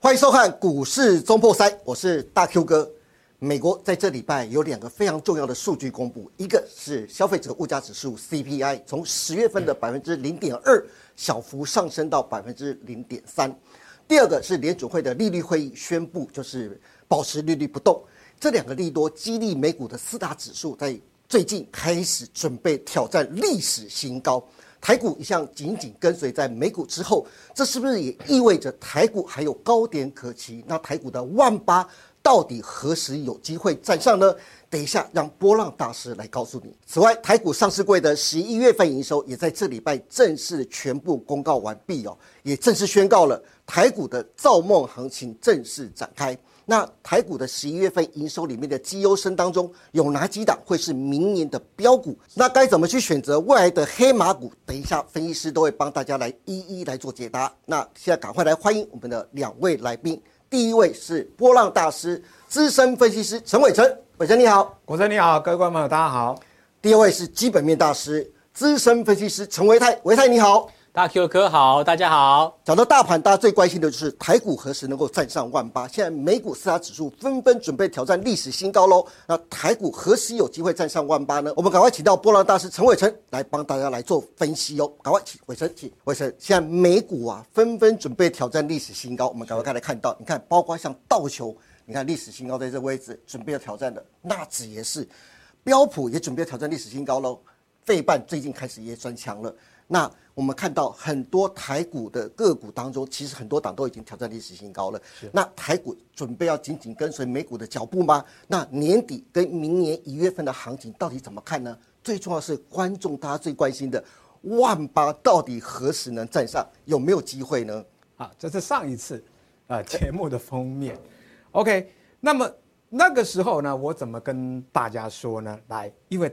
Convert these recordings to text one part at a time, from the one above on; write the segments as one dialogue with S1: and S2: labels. S1: 欢迎收看股市中破三，我是大 Q 哥。美国在这礼拜有两个非常重要的数据公布，一个是消费者物价指数 CPI 从十月份的百分之零点二小幅上升到百分之零点三，第二个是联储会的利率会议宣布就是保持利率不动。这两个利多激励美股的四大指数在最近开始准备挑战历史新高。台股一向紧紧跟随在美股之后，这是不是也意味着台股还有高点可期？那台股的万八到底何时有机会站上呢？等一下让波浪大师来告诉你。此外，台股上市柜的十一月份营收也在这礼拜正式全部公告完毕哦，也正式宣告了台股的造梦行情正式展开。那台股的十一月份营收里面的绩优生当中，有哪几档会是明年的标股？那该怎么去选择未来的黑马股？等一下，分析师都会帮大家来一一来做解答。那现在赶快来欢迎我们的两位来宾，第一位是波浪大师资深分析师陈伟成，伟成你好；
S2: 国珍你好，各位观众朋友大家好，
S1: 第二位是基本面大师资深分析师陈维泰，维泰你好。
S3: 大 Q 哥好，大家好。
S1: 讲到大盘，大家最关心的就是台股何时能够站上万八。现在美股四大指数纷纷准备挑战历史新高喽。那台股何时有机会站上万八呢？我们赶快请到波浪大师陈伟成来帮大家来做分析哦。赶快请伟成，请伟成。现在美股啊纷纷准备挑战历史新高，我们赶快看来看到，你看，包括像道琼，你看历史新高在这位置准备要挑战的，纳指也是，标普也准备要挑战历史新高喽。费半最近开始也转强了。那我们看到很多台股的个股当中，其实很多档都已经挑战历史新高了。那台股准备要紧紧跟随美股的脚步吗？那年底跟明年一月份的行情到底怎么看呢？最重要是观众大家最关心的万八到底何时能站上，有没有机会呢？
S2: 啊，这是上一次啊节目的封面，OK，那么那个时候呢，我怎么跟大家说呢？来，因为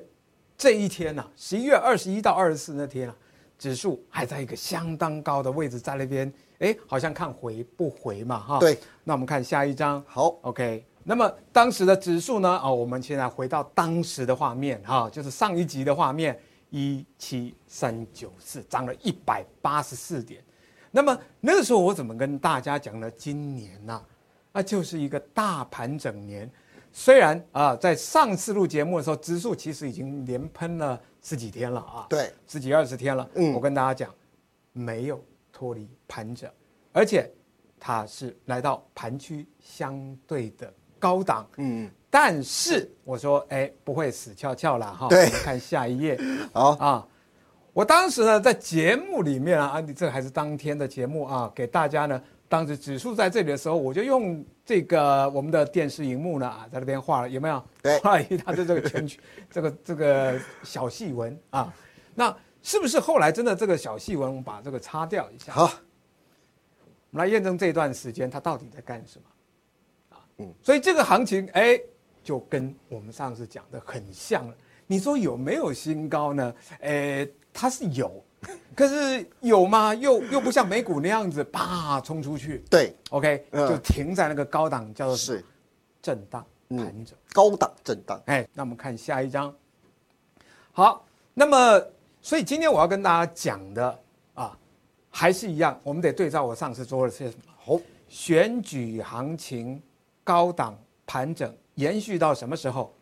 S2: 这一天呢、啊，十一月二十一到二十四那天啊，指数还在一个相当高的位置，在那边，哎，好像看回不回嘛，哈。
S1: 对。
S2: 那我们看下一张
S1: 好，
S2: ，OK。那么当时的指数呢？啊、我们现在回到当时的画面，哈、就是上一集的画面，一七三九四，涨了一百八十四点。那么那个时候我怎么跟大家讲呢？今年呐、那就是一个大盘整年。虽然啊、在上次录节目的时候，指数其实已经连喷了十几天了啊，
S1: 对，
S2: 十几二十天了。
S1: 嗯
S2: 我跟大家讲，没有脱离盘整，而且它是来到盘区相对的高档。
S1: 嗯，
S2: 但是我说，哎，不会死翘翘啦哈。
S1: 对
S2: 我们看下一页。
S1: 好，
S2: 啊。我当时呢，在节目里面啊，啊，你这个还是当天的节目啊，给大家呢，当时指数在这里的时候，我就用这个我们的电视荧幕呢啊，在那边画了有没有？
S1: 对
S2: 画了一大堆这个 圈圈，这个这个小细纹啊。那是不是后来真的这个小细纹，我们把这个擦掉一下？
S1: 好，
S2: 我们来验证这段时间它到底在干什么啊？嗯，所以这个行情哎，就跟我们上次讲的很像了。你说有没有新高呢？哎，它是有，可是有吗？又又不像美股那样子啪冲出去
S1: 对，
S2: ，OK，
S1: 嗯
S2: 就停在那个高档叫做什么
S1: 是
S2: 震荡盘整。
S1: 高档震荡，
S2: 哎，那我们看下一张。好，那么所以今天我要跟大家讲的啊，还是一样，我们得对照我上次做的是什么？
S1: 好，
S2: 选举行情高档盘整延续到什么时候？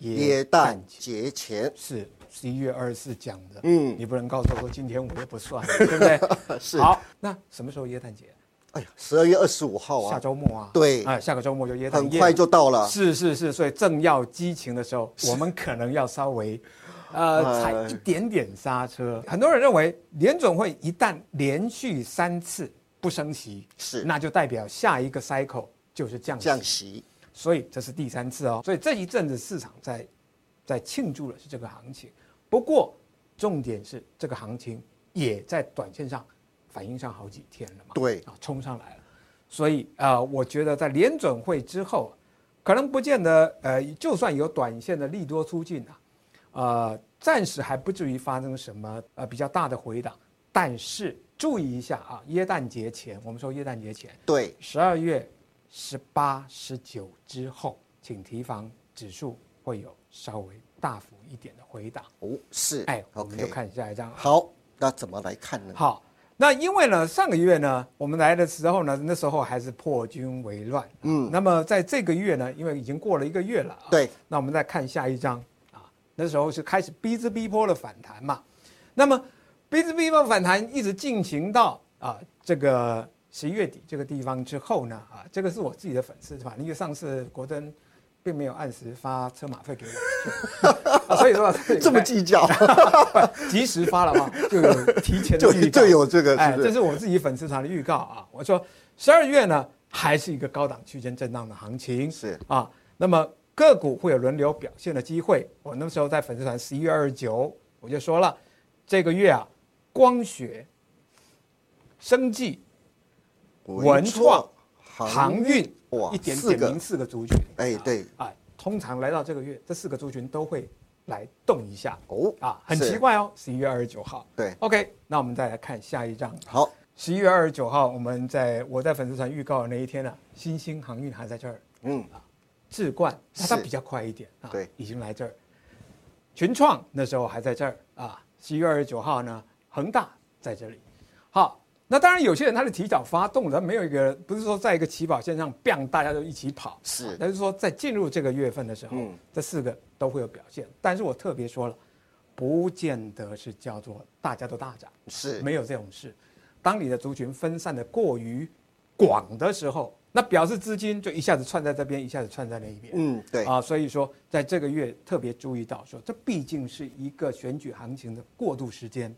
S1: 耶诞节前，
S2: 是十一月二十四讲的，
S1: 嗯
S2: 嗯，你不能告诉我今天我又不算，对不对？
S1: 是
S2: 好，那什么时候耶诞节？
S1: 哎呀，十二月二十五号
S2: 下
S1: 啊，
S2: 周末啊，
S1: 对
S2: 啊，下个周末就耶诞
S1: 很
S2: 夜
S1: 快就到了，
S2: 是是是，所以正要激情的时候，我们可能要稍微，呃，踩一点点刹车。很多人认为联总会一旦连续三次不升息，
S1: 是
S2: 那就代表下一个 cycle 就是降息，
S1: 降息，
S2: 所以这是第三次哦。所以这一阵子市场在在庆祝的是这个行情，不过重点是这个行情也在短线上反应上好几天了嘛。
S1: 对，
S2: 啊冲上来了。所以啊、呃我觉得在联准会之后，可能不见得呃，就算有短线的利多出尽啊，呃，暂时还不至于发生什么呃比较大的回档。但是注意一下啊，耶诞节前，我们说耶诞节前，
S1: 对，
S2: 十二月十八、十九之后，请提防指数会有稍微大幅一点的回档。
S1: 哦，是，
S2: 哎，我们就
S1: ，OK，
S2: 看下一张啊。
S1: 好，那怎么来看呢？
S2: 好，那因为呢，上个月呢，我们来的时候呢，那时候还是破军为乱，嗯，那么在这个月呢，因为已经过了一个月了、啊，
S1: 对，
S2: 那我们再看下一章啊，那时候是开始逼之逼坡的反弹嘛，那么逼之逼坡反弹一直进行到啊这个十一月底这个地方之后呢，啊，这个是我自己的粉丝团，因为上次国珍并没有按时发车马费给我，啊所以说个礼 拜
S1: 这么计较，
S2: 及时发了啊，就有提前的
S1: 就
S2: 预告
S1: 就有这个
S2: 哎，
S1: 是不
S2: 这
S1: 是？
S2: 是我自己粉丝团的预告啊。我说十二月呢还是一个高档区间震荡的行情，
S1: 是
S2: 啊，那么个股会有轮流表现的机会。我那时候在粉丝团十一月二十九我就说了，这个月啊，光学、生技、文创、航运
S1: 哇
S2: 一点
S1: 四
S2: 点
S1: 个
S2: 名四个族群，
S1: 哎对
S2: 啊，通常来到这个月，这四个族群都会来动一下
S1: 哦
S2: 啊，很
S1: 是
S2: 奇怪哦，十一月二十九号。
S1: 对
S2: ，OK，那我们再来看下一张。
S1: 好，
S2: 十一月二十九号，我们在我在粉丝团预告的那一天呢、啊，新兴航运还在这儿，
S1: 嗯，
S2: 智冠那它
S1: 是
S2: 比较快一点啊，
S1: 对，
S2: 已经来这儿，群创那时候还在这儿啊，十一月二十九号呢，恒大在这里，好，那当然有些人他是提早发动的，没有一个不是说在一个起跑线上 bang 大家都一起跑，
S1: 是
S2: 但是说在进入这个月份的时候，
S1: 嗯
S2: 这四个都会有表现，但是我特别说了，不见得是叫做大家都大涨。
S1: 是
S2: 没有这种事。当你的族群分散的过于广的时候，那表示资金就一下子窜在这边，一下子窜在那一边。
S1: 嗯对
S2: 啊，所以说在这个月特别注意到说，这毕竟是一个选举行情的过渡时间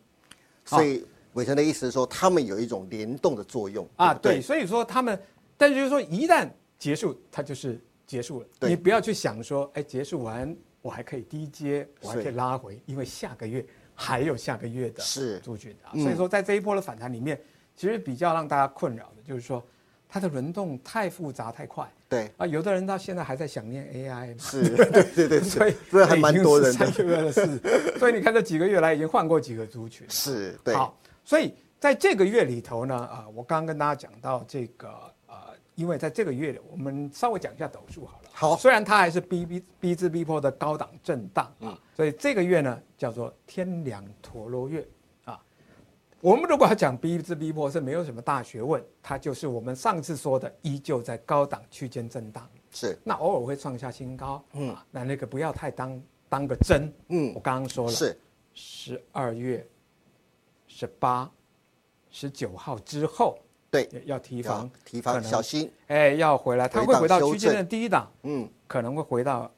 S1: 所以伟成的意思是说，他们有一种联动的作用
S2: 啊，
S1: 不
S2: 对，所以说他们，但是就是说一旦结束，它就是结束了，
S1: 对
S2: 你不要去想说，哎，结束完我还可以低接，我还
S1: 是
S2: 可以拉回，因为下个月还有下个月的
S1: 是嗯
S2: 族群啊，所以说在这一波的反弹里面，其实比较让大家困扰的就是说，它的轮动太复杂太快。
S1: 对
S2: 啊，有的人到现在还在想念 AI 嘛，
S1: 是，对对对，
S2: 所以
S1: 所以还蛮多人
S2: 三
S1: 的，
S2: 月的事，所以你看这几个月来已经换过几个族群，
S1: 是对，
S2: 好，所以在这个月里头呢，啊、我刚刚跟大家讲到这个，呃，因为在这个月里，我们稍微讲一下抖数好了。
S1: 好
S2: 虽然它还是逼逼逼之逼迫的高档震荡啊，
S1: 嗯
S2: 所以这个月呢叫做天良陀螺月啊。我们如果要讲逼之逼迫是没有什么大学问，它就是我们上次说的，依旧在高档区间震荡。
S1: 是
S2: 那偶尔会创下新高，嗯、那那个不要太当当个真，
S1: 嗯
S2: 我刚刚说了，
S1: 是
S2: 十二月十八、十九号之后，
S1: 对，
S2: 要要提
S1: 提
S2: 防，
S1: 提
S2: 可
S1: 防
S2: 能
S1: 小心，
S2: 哎，要回来，它
S1: 回
S2: 会
S1: 档
S2: 回到
S1: 修
S2: 区间的
S1: 正
S2: 低档，
S1: 嗯，
S2: 可能会回到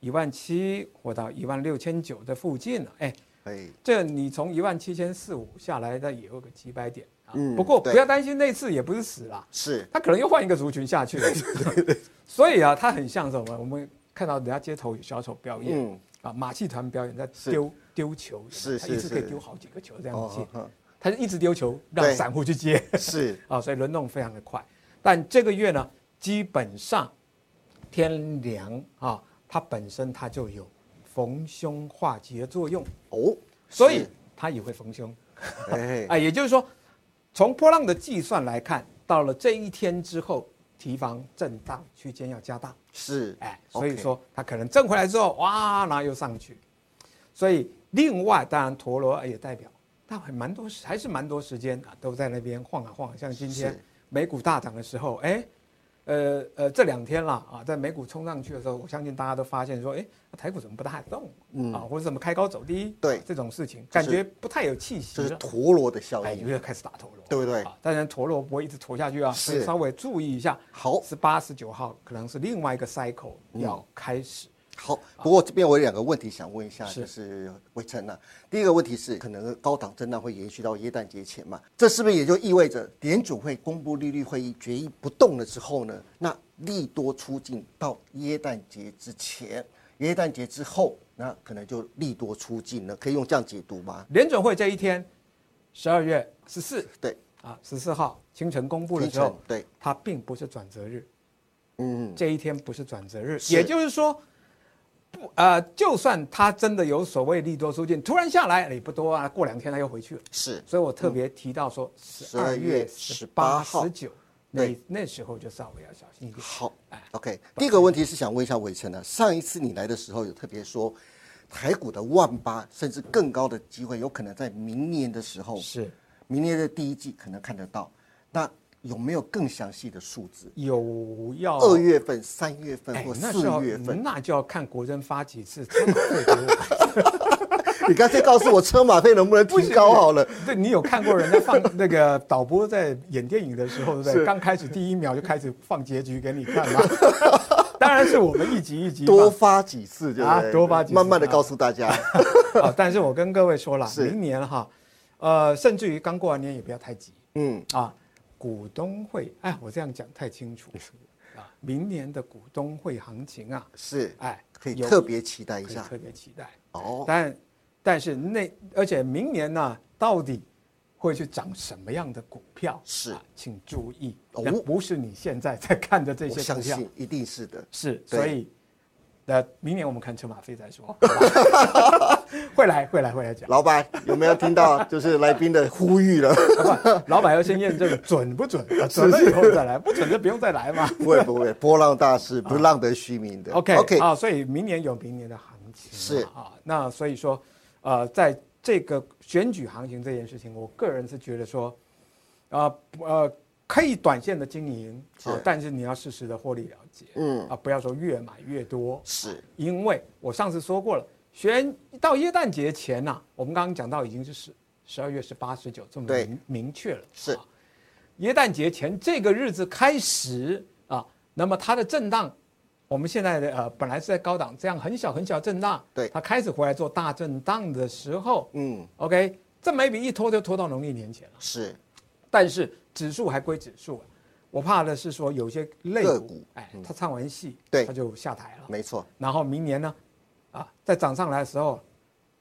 S2: 一万七或到一万六千九的附近了，哎，
S1: 哎，
S2: 这你从一万七千四五下来的也有个几百点啊，
S1: 嗯
S2: 不过
S1: 对
S2: 不要担心，那次也不是死啦，
S1: 是
S2: 他可能又换一个族群下 去了。所以啊，他很像什么？我们看到人家街头有小丑表演、
S1: 嗯
S2: 啊，马戏团表演在丢丢球，
S1: 是
S2: 他
S1: 是
S2: 一次可以
S1: 是
S2: 丢好几个球这样接，
S1: 哦
S2: 他就一直丢球让
S1: 对
S2: 散户去接
S1: 是
S2: 啊，所以轮动非常的快。但这个月呢，基本上天凉啊，它本身它就有逢凶化吉的作用，
S1: 哦，
S2: 所以
S1: 是
S2: 它也会逢凶。
S1: 哎
S2: 啊，也就是说，从波浪的计算来看，到了这一天之后，提防震荡区间要加大，
S1: 是
S2: 哎，所
S1: OK
S2: 以说它可能震回来之后，哇，然后又上去。所以另外，当然陀螺也代表，但还蛮多时，还是蛮多时间啊，都在那边晃啊晃啊。像今天
S1: 是
S2: 美股大涨的时候，哎。呃呃，这两天啦啊，在美股冲上去的时候，我相信大家都发现说，哎，台股怎么不大动、啊，或者怎么开高走低，
S1: 嗯
S2: 啊
S1: 对
S2: 这种事情，
S1: 就
S2: 感
S1: 是
S2: 觉不太有气息
S1: 这
S2: 了。
S1: 是陀螺的效
S2: 哎，
S1: 应，
S2: 又要开始打陀螺，
S1: 对不对
S2: 啊？当然陀螺不会一直陀下去啊，
S1: 是
S2: 所以稍微注意一下。
S1: 好
S2: 十八、十九号可能是另外一个 cycle 要开始。
S1: 好，不过这边我有两个问题想问一下，
S2: 是
S1: 就是伟成啊。第一个问题是，可能高档震荡会延续到耶诞节前嘛？这是不是也就意味着联储会公布利率会议决议不动了之后呢？那利多出尽到耶诞节之前，耶诞节之后，那可能就利多出尽了，可以用这样解读吗？
S2: 联准会这一天，十二月十四
S1: 对，
S2: 啊，十四号清晨公布的时
S1: 清
S2: 候
S1: 晨，对，
S2: 它并不是转折日，
S1: 嗯，
S2: 这一天不是转折日，
S1: 是
S2: 也就是说。不，呃，就算它真的有所谓利多出尽，突然下来也不多啊，过两天它又回去了。
S1: 是
S2: 所以我特别提到说，十二
S1: 12
S2: 月
S1: 月
S2: 十
S1: 18
S2: 八、
S1: 号
S2: 十九那
S1: 对
S2: 那时候就稍微要小心一点。
S1: 好
S2: 哎
S1: ，OK。第一个问题是想问一下伟成啊，上一次你来的时候有特别说，台股的万八甚至更高的机会，有可能在明年的时候
S2: 是
S1: 明年的第一季可能看得到。那有没有更详细的数字？
S2: 有要
S1: 二月份、三月份
S2: 哦哎
S1: 或
S2: 那
S1: 四
S2: 是要
S1: 月份？
S2: 那就要看国珍发几次车马费给我。
S1: 你干脆告诉我车马费能不能提高好了。
S2: 对你有看过人家放那个导播在演电影的时候，对不
S1: 是
S2: 对？刚开始第一秒就开始放结局给你看 吗？当然是我们一 集一集
S1: 多
S2: 放
S1: 发几次，对不
S2: 啊
S1: 对？
S2: 多发几次
S1: 慢慢的
S2: 啊
S1: 告诉大家。
S2: 啊。但是我跟各位说了，
S1: 是
S2: 明年哈，呃，甚至于刚过完年也不要太急
S1: 嗯，
S2: 啊。股东会，哎，我这样讲太清楚啊。明年的股东会行情啊，
S1: 是，
S2: 哎，
S1: 可以
S2: 有
S1: 特别期待一
S2: 可以
S1: 下。
S2: 特别期待。
S1: 哦，
S2: 但但是那而且明年呢，到底会去涨什么样的股票？
S1: 是
S2: 啊，请注意，
S1: 哦
S2: 那不是你现在在看的这
S1: 我
S2: 些股
S1: 相
S2: 票，
S1: 信一定是的。
S2: 是，
S1: 对
S2: 所以那明年我们看车马费 再说，好吧会来会来会来讲。
S1: 老板有没有听到就是来宾的呼吁了？
S2: 好吧老板要先验证准 不准，啊准了以后再来，不准就不用再来嘛。
S1: 不会不会，波浪大师不浪得虚名的。
S2: OK
S1: OK，
S2: 啊，所以明年有明年的行情
S1: 是
S2: 嘛啊，那所以说，呃，在这个选举行情这件事情，我个人是觉得说，啊呃，可以短线的经营，啊
S1: 是，
S2: 但是你要适时的获利了结，
S1: 嗯
S2: 啊，不要说越买越多，
S1: 是
S2: 因为我上次说过了，选到耶诞节前呐、我们刚刚讲到已经是十十二月十八、十九这么
S1: 对
S2: 明明确了，
S1: 是
S2: 啊耶诞节前这个日子开始啊，那么它的震荡，我们现在的呃本来是在高档，这样很小很小震荡，
S1: 对
S2: 它开始回来做大震荡的时候，
S1: 嗯
S2: ，OK，这眉笔一拖就拖到农历年前了，
S1: 是
S2: 但是指数还归指数啊我怕的是说有些类
S1: 个
S2: 股，
S1: 股
S2: 哎，它唱完戏，
S1: 嗯对
S2: 它就下台了，
S1: 没错，
S2: 然后明年呢，啊，在涨上来的时候，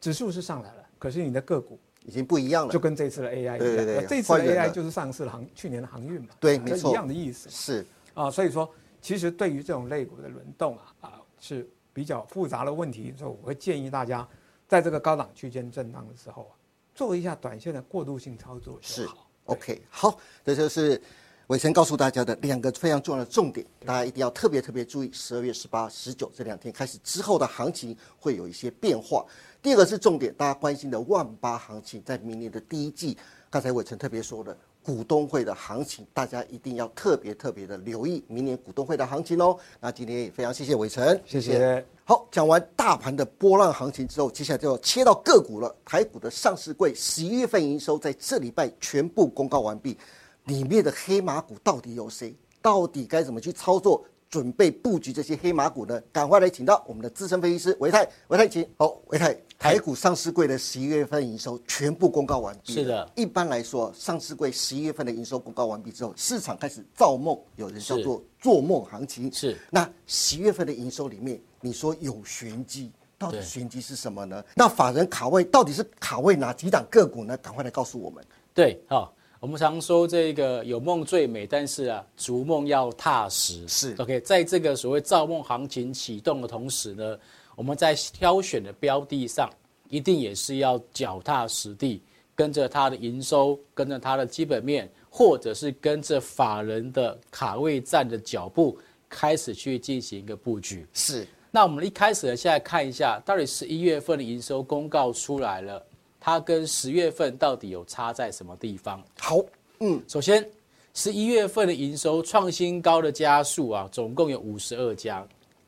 S2: 指数是上来了，可是你的个股
S1: 已经不一样
S2: 就
S1: 了。
S2: 跟这一次的 AI 一样，
S1: 对对对
S2: 那这一次的
S1: 换人了
S2: AI 就是上次的航去年的航运嘛，
S1: 对
S2: 啊
S1: 没
S2: 这
S1: 错
S2: 一样的意思
S1: 是
S2: 啊。所以说，其实对于这种类股的轮动啊，啊是比较复杂的问题，所以我会建议大家在这个高档区间震荡的时候啊，做一下短线的过渡性操作就是好。
S1: OK，好，这就是伟成告诉大家的两个非常重要的重点，大家一定要特别特别注意。十二月十八、十九这两天开始之后的行情会有一些变化。第二个是重点，大家关心的万八行情，在明年的第一季，刚才伟成特别说的。股东会的行情，大家一定要特别特别的留意明年股东会的行情哦。那今天也非常谢谢伟成，
S2: 谢谢
S1: 好，讲完大盘的波浪行情之后，接下来就要切到个股了。台股的上市柜十一月份营收在这礼拜全部公告完毕，里面的黑马股到底有谁？到底该怎么去操作？准备布局这些黑马股呢？赶快来请到我们的资深分析师维泰，维泰请。好，维泰，台股上市柜的十一月份营收全部公告完毕。
S3: 是的，
S1: 一般来说，上市柜十一月份的营收公告完毕之后，市场开始造梦，有人叫
S3: 是
S1: 做做梦行情。
S3: 是
S1: 那十月份的营收里面，你说有玄机，到底
S3: 对
S1: 玄机是什么呢？那法人卡位到底是卡位哪几档个股呢？赶快来告诉我们。
S3: 对，好、我们常说这个有梦最美，但是啊，逐梦要踏实。
S1: 是
S3: OK，在这个所谓造梦行情启动的同时呢，我们在挑选的标的上，一定也是要脚踏实地，跟着它的营收，跟着它的基本面，或者是跟着法人的卡位战的脚步，开始去进行一个布局。
S1: 是
S3: 那我们一开始呢，现在看一下，到底十一月份的营收公告出来了，它跟十月份到底有差在什么地方？
S1: 好，嗯，
S3: 首先，十一月份的营收创新高的家数啊，总共有五十二家，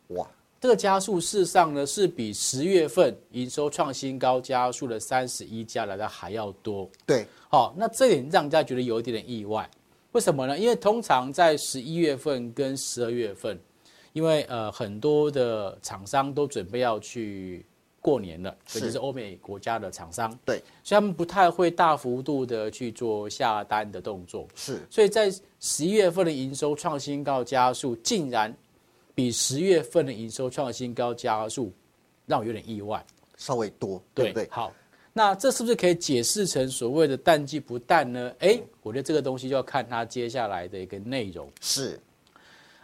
S1: 哇，
S3: 这个家数事实上呢是比十月份营收创新高家数的三十一家来的还要多。
S1: 对，
S3: 好，那这点让人家觉得有一点点意外，为什么呢？因为通常在十一月份跟十二月份，因为呃很多的厂商都准备要去过年了，
S1: 是
S3: 尤其是欧美国家的厂商，
S1: 对，
S3: 所以他们不太会大幅度的去做下单的动作，
S1: 是
S3: 所以在十一月份的营收创新高加速，竟然比十月份的营收创新高加速，让我有点意外。
S1: 稍微多，对不
S3: 对
S1: 对？
S3: 好，那这是不是可以解释成所谓的淡季不淡呢？哎，
S1: 嗯
S3: 我觉得这个东西就要看它接下来的一个内容。
S1: 是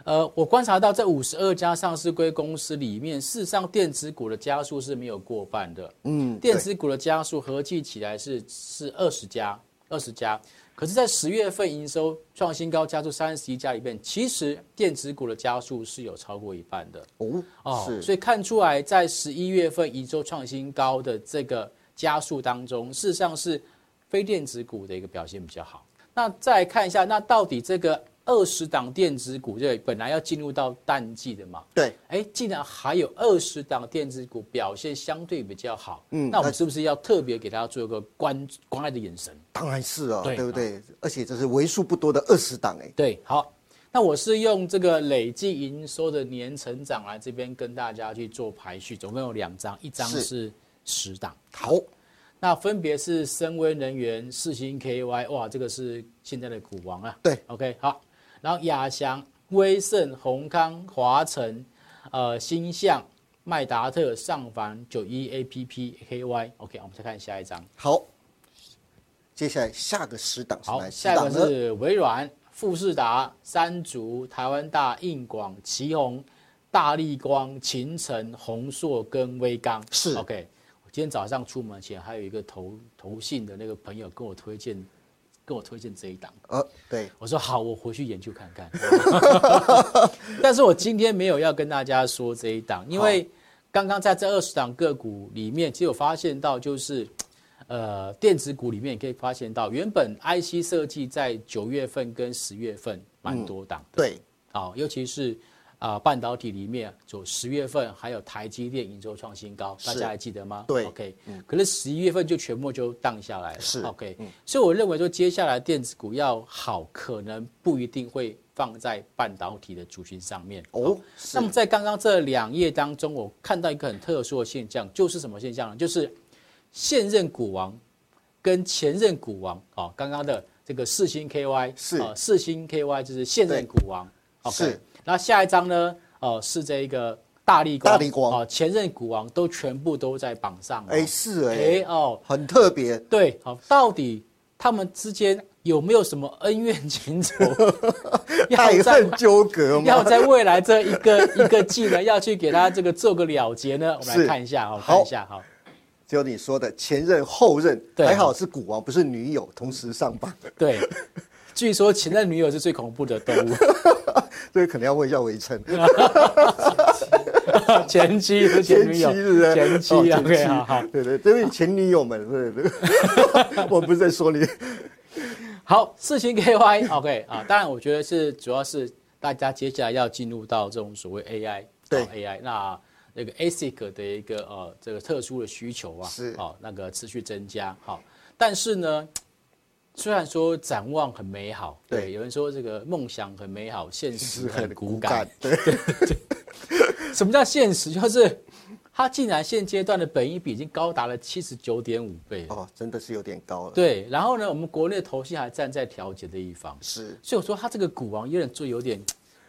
S3: 呃，我观察到在五十二家上市规公司里面，事实上电子股的家数是没有过半的。
S1: 嗯
S3: 电子股的家数合计起来是是二十家，二十家。可是，在十月份营收创新高，加速三十一家里面，其实电子股的家数是有超过一半的。
S1: 哦，
S3: 哦，所
S1: 是
S3: 以看出来，在十一月份营收创新高的这个加速当中，事实上是非电子股的一个表现比较好。那再看一下，那到底这个二十档电子股，这本来要进入到淡季的嘛，
S1: 对，
S3: 哎，竟然还有二十档电子股表现相对比较好，
S1: 嗯
S3: 嗯，那我们
S1: 那
S3: 是不是要特别给大家做一个关关爱的眼神？
S1: 当然是啊，
S3: 对
S1: 对不对？而且这是为数不多的二十档哎，
S3: 对，好，那我是用这个累计营收的年成长来这边跟大家去做排序，总共有两张，一张
S1: 是
S3: 是十档，
S1: 好，
S3: 那分别是深威能源、世星 KY，哇，这个是现在的股王啊。
S1: 对
S3: ，OK，好，然后亚翔、威盛、宏康、华晨、呃星象、麦达特、上凡、九一 APP、KY，OK，、我们再看下一张。
S1: 好，接下来下个十档是
S3: 好，
S1: 哪十
S3: 下一
S1: 档
S3: 个
S1: 呢？
S3: 是微软、富士达、三竹、台湾大、硬广、旗宏、大力光、秦城、宏硕跟威刚。
S1: 是
S3: OK。我今天早上出门前，还有一个投投信的那个朋友跟我推荐，跟我推荐这一档。
S1: 呃，对，
S3: 我说好，我回去研究看看。 但是我今天没有要跟大家说这一档，因为刚刚在这二十档个股里面，其实我发现到就是，呃，电子股里面也可以发现到，原本 IC 设计在九月份跟十月份蛮多档的，
S1: 对，
S3: 好、尤其是啊、半导体里面，就十月份还有台积电营收创新高，大
S1: 是
S3: 家还记得吗？
S1: 对嗯
S3: ，OK，、可是十一月份就全部就荡下来了，
S1: 是嗯
S3: OK，、所以我认为说接下来电子股要好，可能不一定会放在半导体的族群上面。
S1: 哦，是
S3: 那么在刚刚这两页当中，我看到一个很特殊的现象，就是什么现象呢？就是现任股王跟前任股王哦，刚刚的这个四星 KY
S1: 是
S3: 呃四星 KY 就是现任股王，OK
S1: 是。
S3: 然后下一张呢，哦是这一个大力光，
S1: 大力光
S3: 哦前任股王都全部都在榜上哦，
S1: 哎是
S3: 哎
S1: 哎，
S3: 哦
S1: 很特别，
S3: 对，好，到底他们之间有没有什么恩怨情 仇？
S1: 爱
S3: 要在
S1: 恨纠葛嘛，
S3: 要在未来这一个 一个季呢，要去给他这个做个了结呢？ 我们
S1: 是
S3: 来看一下哈，
S1: 好
S3: 看一下哈。
S1: 只有你说的前任后任，
S3: 对
S1: 还好是股王不是女友，同时上榜，
S3: 对，据说前任女友是最恐怖的动 物，
S1: 这个可能要问一下维 琛，
S3: 啊前妻是前女友，
S1: 是不是？
S3: 前妻
S1: 哦
S3: OK 好好
S1: 对对，这位前女友们，对对， 对我不是在说你，
S3: 好，四星 KY OK 啊，当然我觉得是主要是大家接下来要进入到这种所谓 AI
S1: 对
S3: 啊 AI 那那个 ASIC 的一个呃这个特殊的需求啊，
S1: 是
S3: 哦那个持续增加好，但是呢。虽然说展望很美好，对，
S1: 对
S3: 有人说这个梦想很美好，现实
S1: 是
S3: 很
S1: 很
S3: 骨
S1: 骨
S3: 感
S1: 感。，对，
S3: 什么叫现实？ 就是它竟然现阶段的本益比已经高达了七十九点五倍了。
S1: 哦，真的是有点高了，
S3: 对，然后呢，我们国内的投信还站在调节的一方，
S1: 是
S3: 所以我说他这个股王有点做有点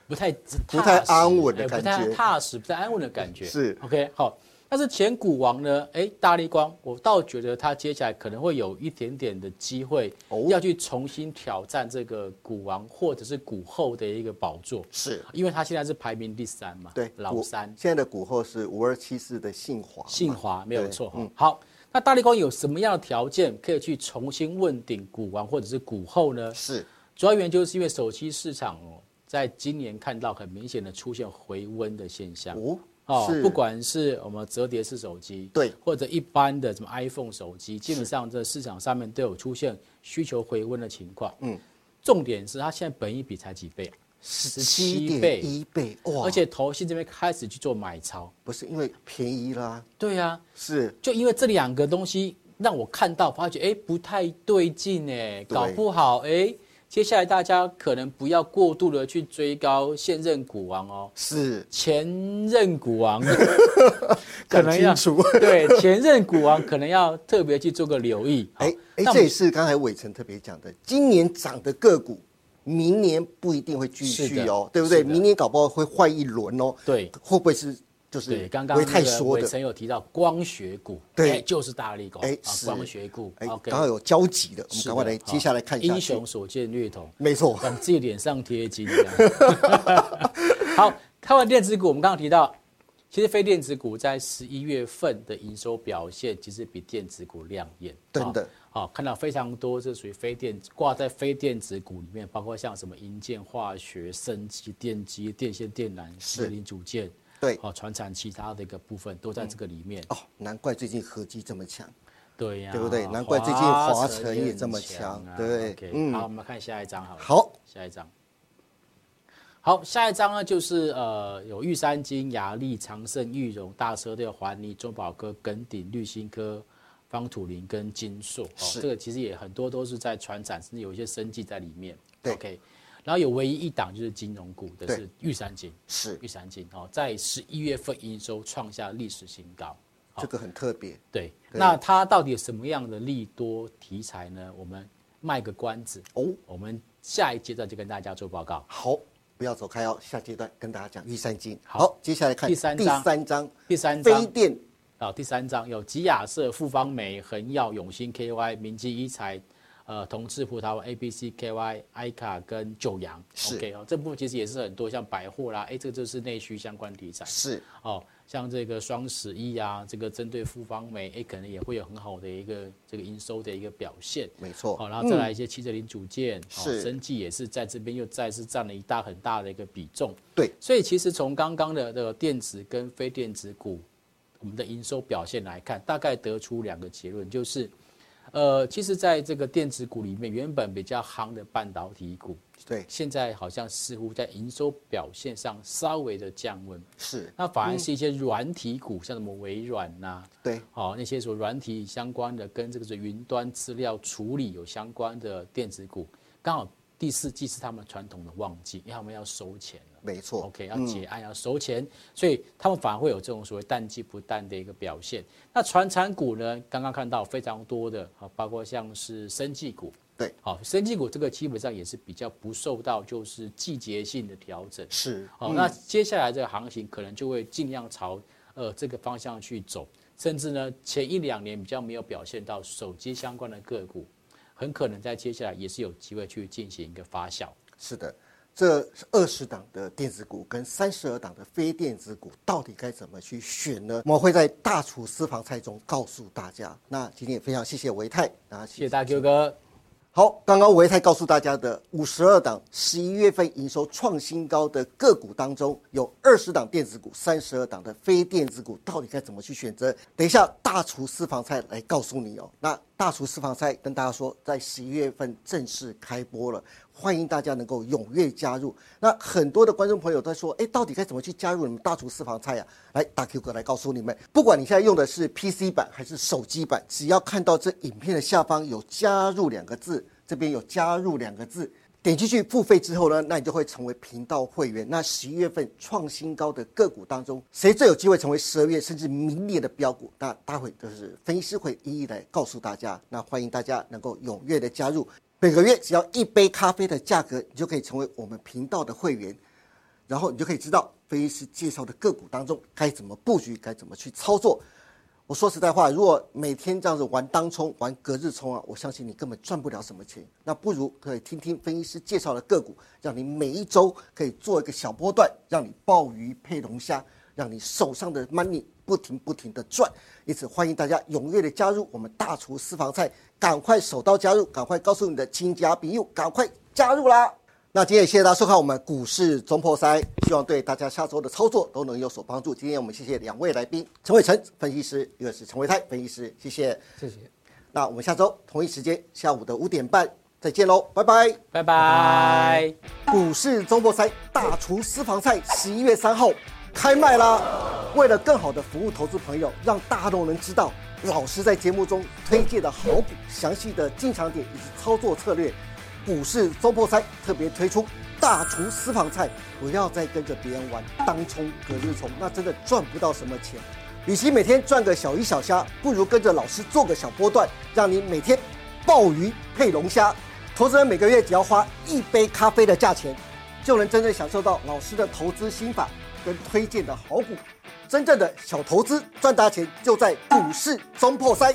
S3: 不太
S1: 不太
S3: 踏实
S1: 安稳的
S3: 哎
S1: 感
S3: 不
S1: 觉
S3: 太踏实、不太安稳的感觉。
S1: 是
S3: OK 好，但是前股王呢？哎，大力光，我倒觉得他接下来可能会有一点点的机会
S1: 哦，
S3: 要去重新挑战这个股王或者是股后的一个宝座，
S1: 是，
S3: 因为他现在是排名第三嘛，
S1: 对，
S3: 老
S1: 股
S3: 三。
S1: 现在的股后是五二七四的信华嘛，
S3: 信华没有错
S1: 嗯对
S3: 哈。好，那大力光有什么样的条件可以去重新问鼎股王或者是股后呢？
S1: 是
S3: 主要原因就是因为手机市场哦，在今年看到很明显的出现回温的现象。
S1: 五，
S3: 哦
S1: 是，
S3: 不管是我们折叠式手机，
S1: 对
S3: 或者一般的什么 iPhone 手机，基本上这市场上面都有出现需求回温的情况。
S1: 嗯，
S3: 重点是它现在本益比才几倍啊，
S1: 十
S3: 17
S1: 点一倍，哇，
S3: 而且投信这边开始去做买超。
S1: 不是因为便宜啦，
S3: 对呀、啊，
S1: 是
S3: 就因为这两个东西让我看到，发觉哎不太对劲哎，搞不好哎，接下来大家可能不要过度的去追高现任股王哦，
S1: 是，
S3: 前任 股王可
S1: 讲
S3: 能
S1: 清
S3: 要
S1: 楚。
S3: 对前任股王可能要特别去做个 留意。好
S1: 哎哎，
S3: 那我
S1: 这也
S3: 们
S1: 是刚才伟成特别讲的，今年涨的个股，明年不一定会继
S3: 是
S1: 续
S3: 的
S1: 哦，对不对？
S3: 是的
S1: 明年搞不好会换一轮哦。
S3: 对
S1: 会不会是就是
S3: 对刚刚
S1: 维泰
S3: 那个
S1: 说
S3: 伟
S1: 的？
S3: 成有提到光学股，
S1: 对
S3: 哎就是大力股，
S1: 哎
S3: 啊
S1: 是
S3: 光学股
S1: 哎，
S3: ，OK，
S1: 刚好有交集的，我们
S3: 是
S1: 赶
S3: 的
S1: 快来
S3: 好
S1: 接下来看一下
S3: 英
S1: 去。
S3: 雄所见略同。
S1: 没错，
S3: 往自己脸上贴金这样。 好，看完电子股，我们刚刚提到，其实非电子股在十一月份的营收表现，其实比电子股亮眼。
S1: 真的
S3: 好，好看到非常多，这属于非电挂在非电子股里面，包括像什么银建、化学、生机、电机、电线电缆、
S1: 是
S3: 四零组件，
S1: 对
S3: 好，船产其他的一个部分都在这个里面。
S1: 哦，难怪最近合计这么强。
S3: 对呀、
S1: 对不对难怪最近华
S3: 晨
S1: 晨也这么
S3: 很强啊
S1: 强对
S3: OK，
S1: 嗯
S3: 好，我们看下一张好了。
S1: 好，
S3: 下一张。好，下一张呢就是呃有玉山金、雅丽、长盛、玉荣、大车队、环泥、中宝科、耿鼎、绿新科、方土林跟金硕。哦，
S1: 是
S3: 这个其实也很多都是在船产，甚至有一些生计在里面。
S1: 对
S3: OK，然后有唯一一档就是金融股的
S1: 对
S3: 是玉山金，
S1: 是
S3: 玉山金哦，在十一月份营收创下历史新高。好
S1: 这个很特别，
S3: 对，
S1: 对
S3: 那它到底有什么样的利多题材呢？我们卖个关子
S1: 哦
S3: 我们下一阶段就跟大家做报告。
S1: 好，不要走开哦，下阶段跟大家讲玉山金。
S3: 好
S1: 好，接下来看
S3: 第三章
S1: 章
S3: 第三章
S1: 飞电
S3: 啊，第三章有吉雅社、富邦美、恒耀、永兴 KY、明基一财、呃同志葡萄 ABC KY、i 卡跟九阳。
S1: 是
S3: OK 哦，这部分其实也是很多像百货啦，哎，这个就是内需相关题材。
S1: 是
S3: 哦，像这个双十一啊，这个针对富邦美，哎，可能也会有很好的一个这个营收的一个表现。
S1: 没错
S3: 好、哦然后再来一些汽车零组件，
S1: 是
S3: 哦，生技也是在这边又再次占了一大很大的一个比重。
S1: 对，
S3: 所以其实从刚刚的这个电子跟非电子股，我们的营收表现来看，大概得出两个结论，就是，呃，其实在这个电子股里面，原本比较夯的半导体股，
S1: 对
S3: 现在好像似乎在营收表现上稍微的降温。
S1: 是，
S3: 那反而是一些软体股，像什么微软呐、
S1: 对
S3: 好、那些所软体相关的，跟这个是云端资料处理有相关的电子股，刚好第四季是他们传统的旺季，因为他们要收钱了。
S1: 没错。嗯
S3: OK，要结案、要收钱，所以他们反而会有这种所谓淡季不淡的一个表现。那传产股呢，刚刚看到非常多的啊，包括像是生技股，
S1: 对，
S3: 好，生技股这个基本上也是比较不受到就是季节性的调整。
S1: 是
S3: 好、那接下来这个行情可能就会尽量朝呃这个方向去走，甚至呢前一两年比较没有表现到手机相关的个股，很可能在接下来也是有机会去进行一个发酵。
S1: 是的，这二十档的电子股跟三十二档的非电子股到底该怎么去选呢？我们会在大厨私房菜中告诉大家。那今天也非常谢谢维泰，啊，
S3: 谢谢大 Q 哥。
S1: 好，刚刚维泰告诉大家的五十二档十一月份营收创新高的个股当中，有二十档电子股，三十二档的非电子股，到底该怎么去选择？等一下大厨私房菜来告诉你哦。那大厨私房菜跟大家说，在十一月份正式开播了，欢迎大家能够踊跃加入。那很多的观众朋友在说，哎，到底该怎么去加入你们大厨私房菜啊？来，大 Q 哥来告诉你们，不管你现在用的是 PC 版还是手机版，只要看到这影片的下方有“加入”两个字，这边有“加入”两个字，点进去付费之后呢，那你就会成为频道会员。那十一月份创新高的个股当中，谁最有机会成为十二月甚至明年的标股？那待会就是分析师会一一来告诉大家。那欢迎大家能够踊跃的加入，每个月只要一杯咖啡的价格，你就可以成为我们频道的会员。然后你就可以知道分析师介绍的个股当中该怎么布局，该怎么去操作。我说实在话，如果每天这样子玩当冲、玩隔日冲啊，我相信你根本赚不了什么钱。那不如可以听听分析师介绍的个股，让你每一周可以做一个小波段，让你鲍鱼配龙虾，让你手上的 money 不停不停的赚。因此，欢迎大家踊跃的加入我们大厨私房菜，赶快手刀加入，赶快告诉你的亲家笔友，赶快加入啦！那今天也谢谢大家收看我们股市中破塞，希望对大家下周的操作都能有所帮助。今天我们谢谢两位来宾，陈伟成分析师，一个是陈维泰分析师，谢谢。
S2: 谢谢。
S1: 那我们下周同一时间下午的五点半再见喽，拜拜。
S3: 拜拜。
S1: 股市中破塞大厨私房菜十一月三号开卖啦！为了更好的服务投资朋友，让大众能知道老师在节目中推荐的好股、详细的进场点以及操作策略，股市中破塞特别推出大厨私房菜，不要再跟着别人玩当冲、隔日冲，那真的赚不到什么钱。与其每天赚个小鱼小虾，不如跟着老师做个小波段，让你每天鲍鱼配龙虾。投资人每个月只要花一杯咖啡的价钱，就能真正享受到老师的投资心法跟推荐的好股。真正的小投资赚大钱，就在股市中破塞。